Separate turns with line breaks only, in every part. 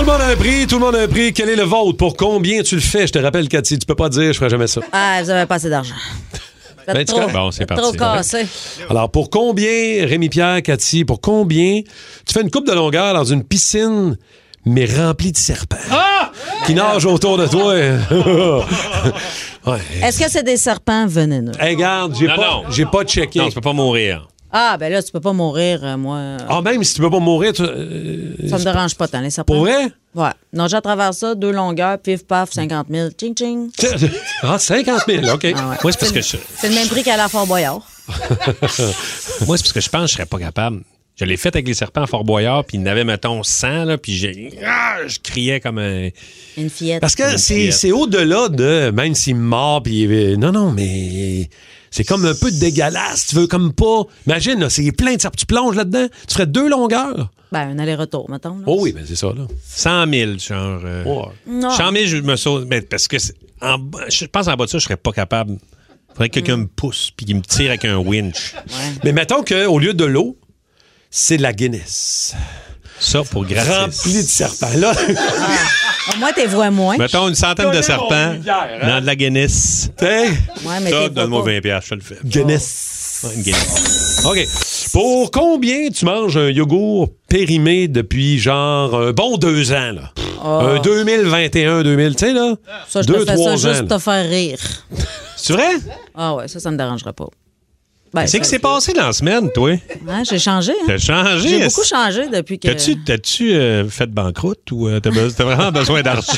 le monde a un prix, tout le monde a un prix. Quel est le vôtre? Pour combien tu le fais? Je te rappelle, Cathy, tu peux pas dire, je ferai jamais ça.
Ah, vous avez pas assez d'argent. Vous êtes
Ben, tu
trop,
crois? Bon, c'est
vous êtes trop
parti.
cassé.
Alors, pour combien, Rémi-Pierre, Cathy, pour combien tu fais une coupe de longueur dans une piscine, mais remplie de serpents?
Ah!
Qui nagent autour de toi. ouais.
Est-ce que c'est des serpents venimeux?
Hey, garde, j'ai
Non,
pas,
non.
j'ai pas checké.
Non, tu peux pas mourir.
Ah, ben là, tu peux pas mourir, euh, moi.
Ah, même si tu peux pas mourir, tu- euh,
Ça me dérange pas tant, les serpents.
pour vrai?
Ouais. Non, j'ai à travers ça, deux longueurs, pif, paf, 50 000. Ching, ching.
Ah, 50 000, OK.
Ah ouais.
Moi, c'est parce que je,
C'est le même prix qu'à la Fort Boyard.
moi, c'est parce que je pense que je serais pas capable. Je l'ai fait avec les serpents à Fort Boyard, puis il y en avait, mettons, 100, là, puis j'ai- ah, je criais comme un.
Une fillette.
Parce que c'est
fillette.
c'est au-delà de même s'il mord puis il est- non non mais c'est comme un peu dégueulasse, tu veux comme pas. Imagine là, c'est plein de serpents, tu plonges là-dedans, tu ferais deux longueurs.
Ben, un aller-retour, mettons. là.
Oh oui, ben c'est ça là.
100 000, genre. euh,
Ouais.
Non.
100 000, je me saute. Mais parce que c'est- en bas- je pense en bas de ça, je serais pas capable. Faudrait que quelqu'un me pousse puis qu'il me tire avec un winch.
Mais mettons que au lieu de l'eau, c'est de la Guinness
Ça pour gratis.
remplie de serpents là.
Au moins, t'es vois moins.
Mettons une centaine de serpents dans de la Guinness.
T'sais,
Ouais, mais
Ça,
t'es
donne-moi
vois pas.
20 piastres, je te le fais.
Guinness.
Ouais, Une Guinness.
OK. Pour combien tu manges un yogourt périmé depuis genre un bon deux ans là? Un 2021 2000, tu sais là?
Ah. Ça, je
deux
te fais ça
trois ans.
juste
là.
te faire rire.
C'est vrai?
Ah ouais, ça, ça me dérangerait pas. Ben,
C'est que
ça-
c'est passé dans la semaine, toi.
Hein, j'ai changé, hein?
T'as changé.
J'ai
est-ce-
beaucoup changé depuis que.
T'as-tu, t'as-tu euh, fait banqueroute ou euh, t'as, be- t'as vraiment besoin d'argent?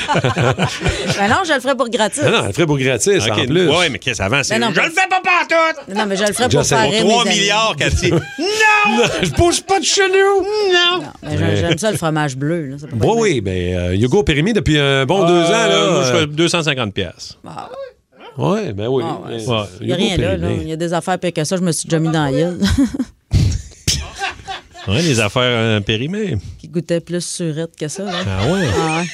Ben non, je le ferai pour gratis.
Ah non, elle ferait pour gratis
Ok,
en plus.
Ouais, mais qu'est-ce avant? C'est,
Ben non,
je
mais-
le fais pas partout!
Non, mais je le ferai
Je
pour
sais,
faire
pour
rire.
3
mes amis.
milliards, Cathy. non!
Je bouge pas de chez nous. Non.
Mais j'a- J'aime ça, le fromage bleu. Là. Ça peut pas
Oui,
être
oui, ben, euh, Hugo Périmé depuis un bon deux ans, là.
Ah, je fais 250 pièces.
Ouais, ben oui.
Ah, ouais,
Euh,
Ouais.
Il n'y a
Hugo
rien là, là.
Périmé.
Il y a des affaires pires que ça. Je me suis déjà mis dans la gueule.
Ouais, les affaires euh, périmées.
qui goûtait plus surette que ça. Là.
Ah ouais.
Ah ouais.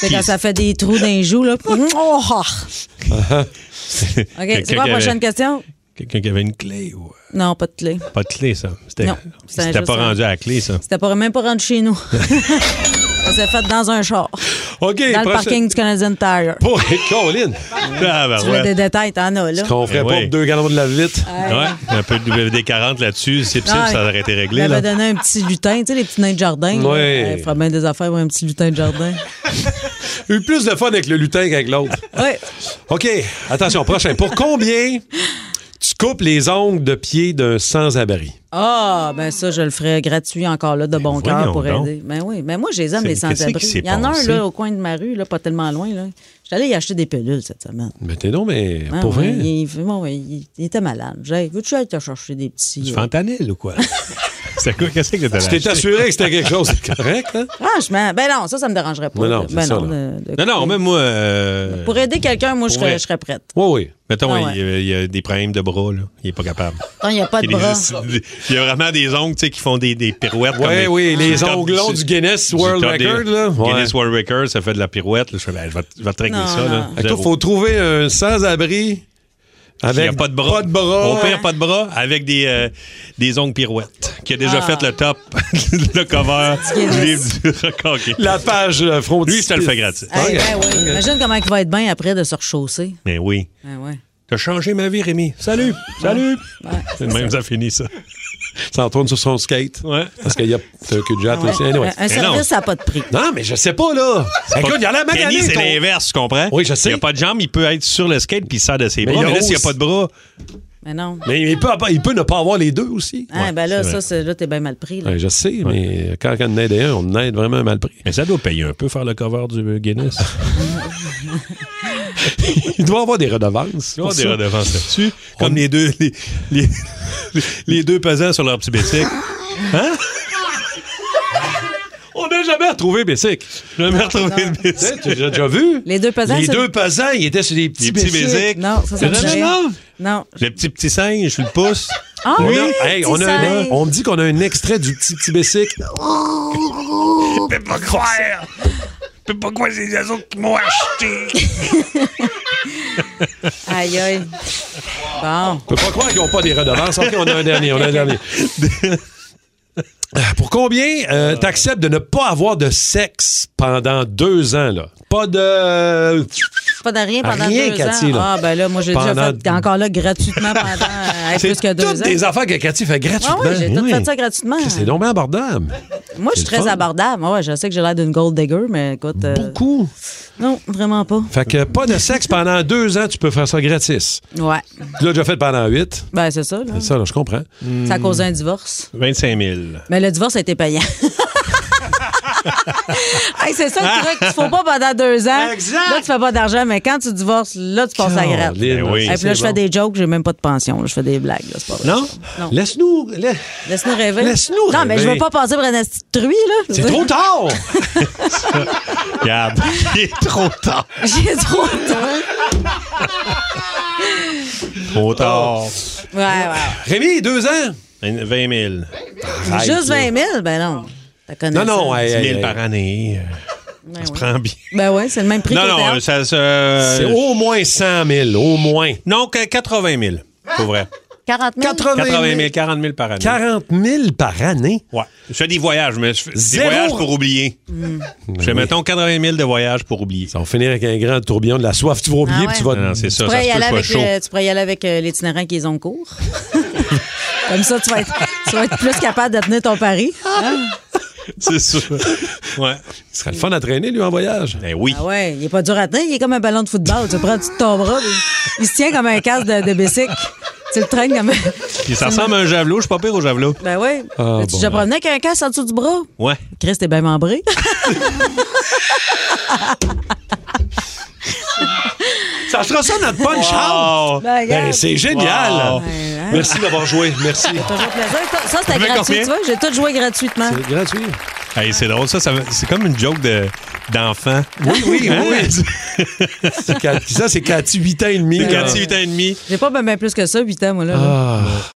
C'est quand ça fait des trous dans les joues, là. Oh! ah. OK, c'est quoi la prochaine question?
Quelqu'un qui avait une clé ou. euh,
Non, pas de clé.
Pas de clé, ça. C'était,
Non, c'était
c'était pas
juste un-
rendu à la clé, ça.
C'était pas, même pas rendu chez nous. ça s'est fait dans un char.
OK,
Dans le
prochaine-
parking du Canadian Tire.
Pour Colin.
Ah, ben
Tu veux des détails, t'en as, là.
Qu'on ferait
Eh
pas
oui.
pour deux gallons de la vite.
Ouais, un peu de WD-40 là-dessus, c'est possible,
Ah,
ça aurait été
Il
réglé. Là.
avait donné un petit lutin, tu sais, les petits nains de jardin. là.
Ouais.
Euh, Il ferait bien des affaires pour un petit lutin de jardin. Euh.
Eu plus de fun avec le lutin qu'avec l'autre.
Oui.
OK, attention, prochain. Pour combien tu coupes les ongles de pied d'un sans-abri?
Ah, ben ça, je le ferais gratuit encore là, de bon cœur
voyons
pour
donc.
aider. Ben oui, mais moi, je les aime,
C'est-
les
qu'est-ce
sans-abri.
qui s'est
Il y en a un
passé?
là, au coin de ma rue, là, pas tellement loin. Là. J'allais y acheter des pilules cette semaine.
Mais Ben, t'es non, mais
Ah,
pour
ouais,
vrai.
il, bon, il, il était malade. J'ai dit, veux-tu aller te chercher des petits.
Du
euh,
fentanyl ou quoi? c'est quoi? Qu'est-ce que t'as
Tu t'es assuré que c'était quelque chose de correct, hein?
Franchement, ben non, ça, ça me dérangerait pas.
Mais non,
là.
c'est
ben
ça,
non,
là.
de- de-
Non, non, même moi. euh,
Pour aider quelqu'un, moi, je
Pour
serais,
vrai.
je serais prête.
Oui, oui.
Mettons,
Ah ouais.
il, y a, il y a des problèmes de bras, là. Il est pas capable.
Quand il n'y a pas de
Il y a,
bras.
des- il y a vraiment des ongles, tu sais, qui font des, des pirouettes. comme
Oui,
des-
oui, les
du top-
ongles longs du Guinness
du
World
top des-
Record, là. Ouais.
Guinness World Record, ça fait de la pirouette. là. Je fais, ben, je vais, te- je vais te régler
Non,
ça, là.
non.
Fait que toi,
Zéro.
faut trouver un sans-abri
Il
avec
y a pas de bras.
Pas de bras.
Au pire, pas de bras, avec des, euh, des ongles pirouettes. Qui a déjà fait le top, le cover du livre du record. Guinness.
La page euh, frontière.
Lui, ça le fait gratis.
Hey, ben oui. Imagine comment il va être bien après de se rechausser.
Mais oui.
Ben ouais.
T'as changé ma vie, Rémi. Salut! Salut! C'est de même ça finit, ça.
Ça en tourne sur son skate.
Ouais.
Parce qu'il y a t'as un cul de jatte aussi. Anyway.
Un- Un service, ça n'a pas de prix.
Non, mais je sais pas, là. Écoute, il y a la
Kenny,
maganée.
c'est
ton-
l'inverse, tu comprends?
Oui, je sais.
Il n'y a pas de jambe, il peut être sur le skate puis il sert de ses
Mais
bras.
il y a
Mais là, s'il n'y a
aussi-
pas de bras,
Mais non.
Mais il peut, il peut ne pas avoir les deux aussi.
Ah,
Ouais,
ben là,
c'est
ça,
vrai.
c'est- là, t'es bien mal pris. Là.
Ouais, je sais, mais quand on aide un, on aide vraiment mal pris.
mais ça doit payer un peu faire le cover du Guinness.
Il doit avoir des redevances.
Tu vois,
pour
des
ça.
redevances là-dessus. Comme les deux, les, les- les deux pesants sur leur petit bicycle.
Hein? On n'a jamais retrouvé Bessic.
Je vais me retrouver le
Tu
bicycle.
sais, tu l'as déjà vu?
Les deux pesants,
Les
c'est-
deux pesants, ils étaient sur des petits
petits
Bessic.
Bessic.
Non, ça, ça me
Non,
fait
non,
rire.
non.
Non.
Le petit petit singe, je le pouce.
Ah
On,
oui,
a- hey, on, a un-
petit singe.
on me dit qu'on a un extrait du petit petit Bessic.
Je peux pas croire. Je peux pas croire c'est les autres qui m'ont acheté.
Aïe, aïe. Bon.
Je peux pas croire qu'ils n'ont pas des redevances. OK, on a un dernier, on a un dernier. Pour combien euh, t'acceptes de ne pas avoir de sexe pendant deux ans, là? Pas de.
Pas de rien pendant
Rien,
deux
Cathy,
ans.
là.
Ah, ben là, moi, j'ai déjà
Pendant-
fait encore là gratuitement pendant euh,
C'est
plus que deux
toutes
ans.
des affaires que Cathy fait gratuitement.
Ah oui, j'ai tout
Oui.
fait ça gratuitement.
C'est donc bien abordable.
Moi, je suis
c'est le
très
fun.
abordable. Ouais, je sais que j'ai l'air d'une gold digger, mais écoute. euh,
Beaucoup.
Non, vraiment pas.
Fait que pas de sexe pendant deux ans, tu peux faire ça gratis.
Ouais.
Tu l'as déjà fait pendant huit.
Ben, c'est ça, là.
C'est ça, là, je comprends.
Ça a causé un divorce.
25 000.
Mais le divorce a été payant. Hey, c'est ça le truc. Tu faut pas pendant deux ans.
Exact.
Là, tu fais pas d'argent, mais quand tu divorces, là, tu passes à la gratte.
Caroline,
Ben oui.
Et
ça,
puis là,
c'est
je fais
bon.
des jokes, j'ai même pas de pension. là. Je fais des blagues. là, c'est pas vrai.
Non?
Non.
Laisse-nous. la-
Laisse-nous rêver.
Laisse-nous
Non, mais je veux
rêver.
pas passer pour un asti de truie, là. Je
C'est
veux
trop
dire,
tard!
Gab, il est trop tard.
J'ai trop de temps.
Trop tard.
Ouais, ouais.
Rémi, deux ans?
20 000.
Juste 20 000? Ben non. T'as connu
Non, non,
ça.
hey,
10
hey,
000
hey.
par année. euh,
Ben,
Ça se
oui.
prend bien.
Ben ouais, c'est le même prix
Non,
qu'au
non,
théâtre.
euh, ça se.
C'est au moins 100 000, au moins.
Non, que 80 000. Pour vrai.
40 000?
80
80
000.
000, 40 000 par année.
40 000 par année?
Ouais. Je fais des voyages, mais je fais
Zéro. Ben
des voyages pour oublier.
Mm.
Je fais, mettons, 80 000 de voyages pour oublier.
Ça va finir avec un grand tourbillon de la soif. Tu vas oublier,
Ah ouais.
puis tu vas...
Non, non, c'est
Tu
ça, ça
pourrais, y
se peut
aller
pas
avec
chaud.
le- tu pourrais y aller avec euh, l'itinérant qui les ont cours. Comme ça, tu vas, être, tu vas être plus capable de tenir ton pari. hein?
C'est ça. Ouais.
Ce serait le fun à traîner, lui, en voyage.
Ben oui.
Ah ouais, il est pas dur à tenir, il est comme un ballon de football. Tu le prends, tu ton bras, puis il se tient comme un casque de, de bicycle. Tu le traînes comme un.
Puis ça ressemble à un javelot. Je suis pas pire au javelot.
Ben ouais.
Ah,
Mais tu
bon.
te promenais avec un casque en dessous du bras.
Ouais.
Chris, t'es bien membré.
Ça sera ça, notre punch
Wow.
Ben,
Ben,
regarde.
c'est génial!
Wow.
Ouais, hein?
Merci d'avoir joué, merci.
Toujours plaisir. Ça, c'était
Avec
gratuit,
combien?
tu vois. J'ai tout joué gratuitement.
C'est gratuit.
Hey, c'est drôle, ça. ça va- c'est comme une joke de- d'enfant.
Oui, oui,
Hein?
oui. C'est Cat- Ça, c'est Cathy, 8 ans et demi.
Quand
là.
il 8 ans et demi.
ben, J'ai pas bien plus que ça, 8 ans, moi, là. là.
Ah.